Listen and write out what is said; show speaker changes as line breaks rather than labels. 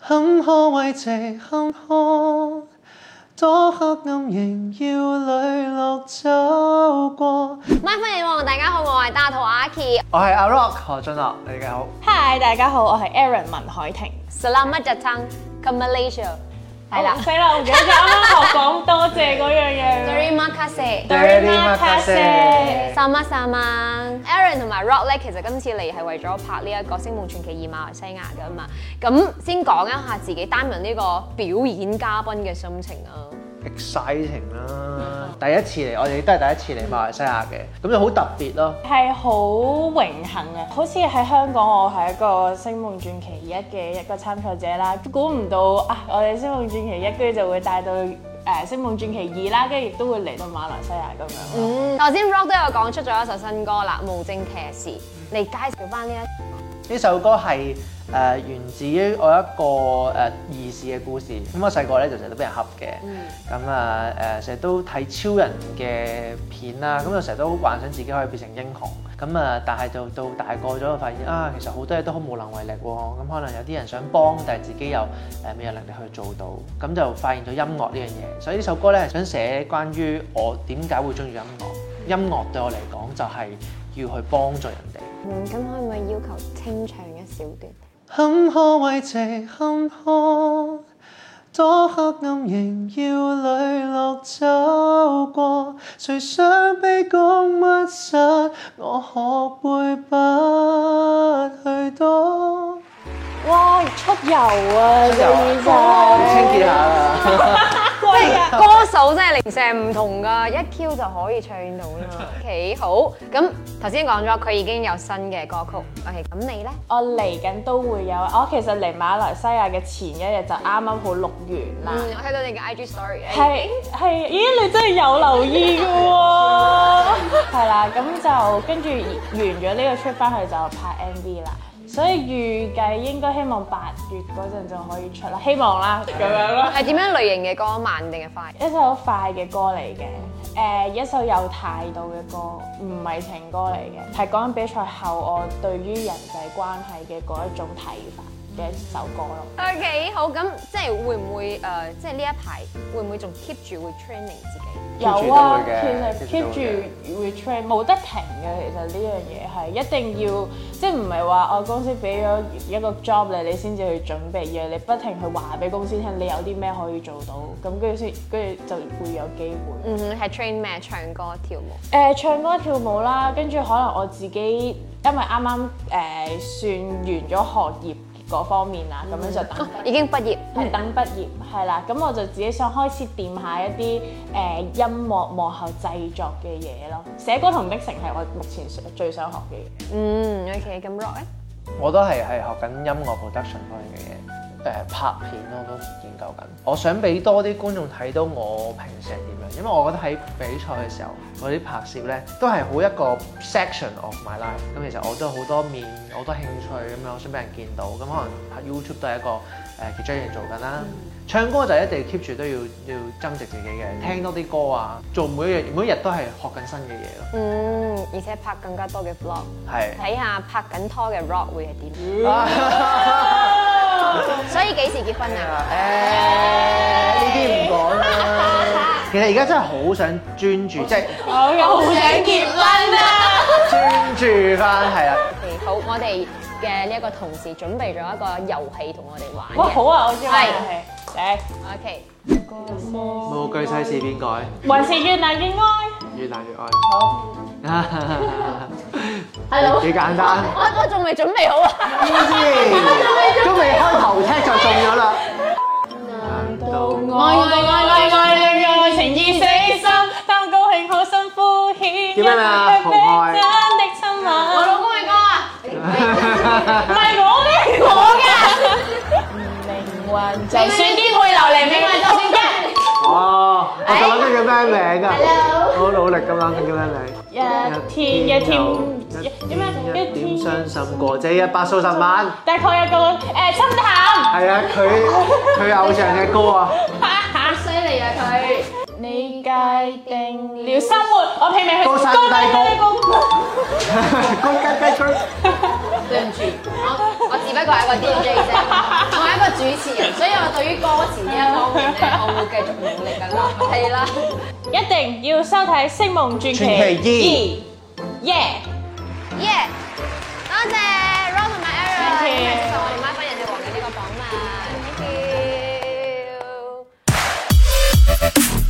坎坷慰藉坎坷，多黑暗仍要磊落走過。
My 歡迎望，大家好，我係大肚阿 Key。
我係阿 Rock 何俊樂，你哋好。
Hi，大家好，我係 Aaron 文海婷。
Selamat datang ke Malaysia。係啦
哦死啦，我唔記得 咗啱啱學講多謝嗰
，Terima kasih。
樣嘢。Terima kasih
Sama sama。Aaron 同埋 Rock 咧，其實今次嚟係為咗拍呢一個《星夢傳奇二》馬來西亞噶嘛。咁先講一下自己擔任呢個表演嘉賓嘅心情啊。
Exciting 啦！第一次嚟，我哋都係第一次嚟馬來西亞嘅，咁就好特別咯。
係好榮幸啊！好似喺香港，我係一個《星夢傳奇一》嘅一個參賽者啦。估唔到啊！我哋《星夢傳奇一》跟住就會帶到誒《星夢傳奇二》啦，跟住亦都會嚟到馬來西亞咁樣咯。
頭先 Rock 都有講出咗一首新歌啦，《無證騎士》，嚟介紹翻呢一。
呢首歌係誒、呃源自於我一個誒、呃兒時嘅故事。咁我細個咧就成日都俾人恰嘅，咁啊誒成日都睇超人嘅片啦，咁就成日都幻想自己呃可以變成英雄。咁啊，但係就到大個咗，就發現啊，其實好多嘢都好無能為力喎。咁可能有啲人想幫，但係自己又誒未有能力去做到。咁就發現咗音樂呢樣嘢，所以呢首歌咧係想寫關於我點解會中意音樂。音樂對我嚟講就係要去幫助人哋。
嗯，咁可唔可以要求清唱一小段？
坎坷慰藉坎坷，多黑暗仍要磊落走過。誰想卑躬屈膝，我學會不去躲。
哇！出油啊！
出油啊
呢
清
個
潔下啦，
貴啊！
歌手真係零舍唔同噶，一 Q 就可以唱到啦，幾好。咁頭先講咗，佢已經有新嘅歌曲。OK，咁你呢？
我嚟緊都會有，我其實嚟馬來西亞嘅前一日就啱啱好錄完啦。
嗯，我睇到你嘅 IG story。
係係，咦！你真係有留意嘅喎，係啦，咁就跟住完咗呢個 trip 翻去就拍 MV 啦，所以預計應該希望八月嗰陣就可以出啦，希望啦，咁樣啦。
係點樣類型嘅歌？慢定係快？
一首快嘅歌嚟嘅，誒、一首有態度嘅歌，唔係情歌嚟嘅，係講緊比賽後我對於人際關係嘅嗰一種睇法嘅一首歌咯。
OK，好。咁即係會唔會誒、呃即係呢一排會唔會仲 keep 住會 training 自己？
有
keep 住都
啊，
會
其
嘅
實
keep 住
keep
都
住
會嘅
retrain 冇得停嘅，其實呢樣嘢係一定要，即係唔係話我公司俾咗一個 job 你，你先至去準備嘢，你不停去話俾公司聽你有啲咩可以做到，咁跟住先，跟住就會有機會。
嗯哼，係 train 咩？唱歌、跳舞。
誒、唱歌跳舞啦，跟住可能我自己因為啱啱誒算完咗學業嗰方面啦，咁樣就等。
已經畢業。
係等畢業，係啦，咁我就自己想開始掂下一啲誒、音樂幕後製作嘅嘢咯。寫歌同 mixing 係我目前最想學嘅嘢。
嗯，OK，咁 rock 咧？
我都係係學緊音樂 production 方面嘅嘢。誒、拍片我都研究緊，我想俾多啲觀眾睇到我平時係點樣，因為我覺得喺比賽嘅時候嗰啲拍攝咧都係好一個 section of my life。咁其實我都好多面，好多興趣咁樣，我想俾人見到。咁可能拍 YouTube 都係一個誒、呃、其中一樣做緊啦。唱歌就一定 keep 住都要要增值自己嘅，聽多啲歌啊，做每一日每一日都係學緊新嘅嘢咯。
嗯，而且拍更加多嘅 vlog，
係。
睇下拍緊拖嘅 rock 會係點。 所以幾時結婚
誒
啊？
呢啲唔講啦。其實而家真係好想專注，即係
我又好想結婚啊！
專注翻係啦。
好，我哋嘅呢一個同事準備咗一個遊戲同我哋玩
哇，好
嘅。
啊，我知
係
啦，係嚟
OK，
無懼世事變改，
還是越難越愛。
越難越愛。
好，
Hello
幾簡單，
我我仲未準備好啊。
easy，都未開頭聽就中咗啦。難道
愛愛愛愛愛愛愛情意死心，貪高興好辛苦險。
叫咩名啊
一
紅愛
真的親吻。
公嘅歌啊，
唔係我嘅，我嘅。命運就算顛沛流離，命運就算一。
哦，我就諗緊叫咩名啊？我好努力咁諗緊叫咩名。
一天一天一咩
一
一
點
天，
傷心過，這一百數十萬。
大概有個呃誒深談。
係啊，佢佢偶像嘅歌啊。
犀利啊佢！
你界定了生活，我拼命去
高山低谷
高。
高雞雞區。
對唔住，我我自
只不過係一個 DJ 啫，我係一個主持人，所以我對於歌詞呢 一方面咧，我會繼續努力㗎啦。係啦，
一定要收睇《星夢傳奇
傳奇
二》，yeah！
耶！多謝 Rob 同埋 Aaron，
Thank you
因為接受我哋 My 班人哋王嘅呢個訪問，thank you。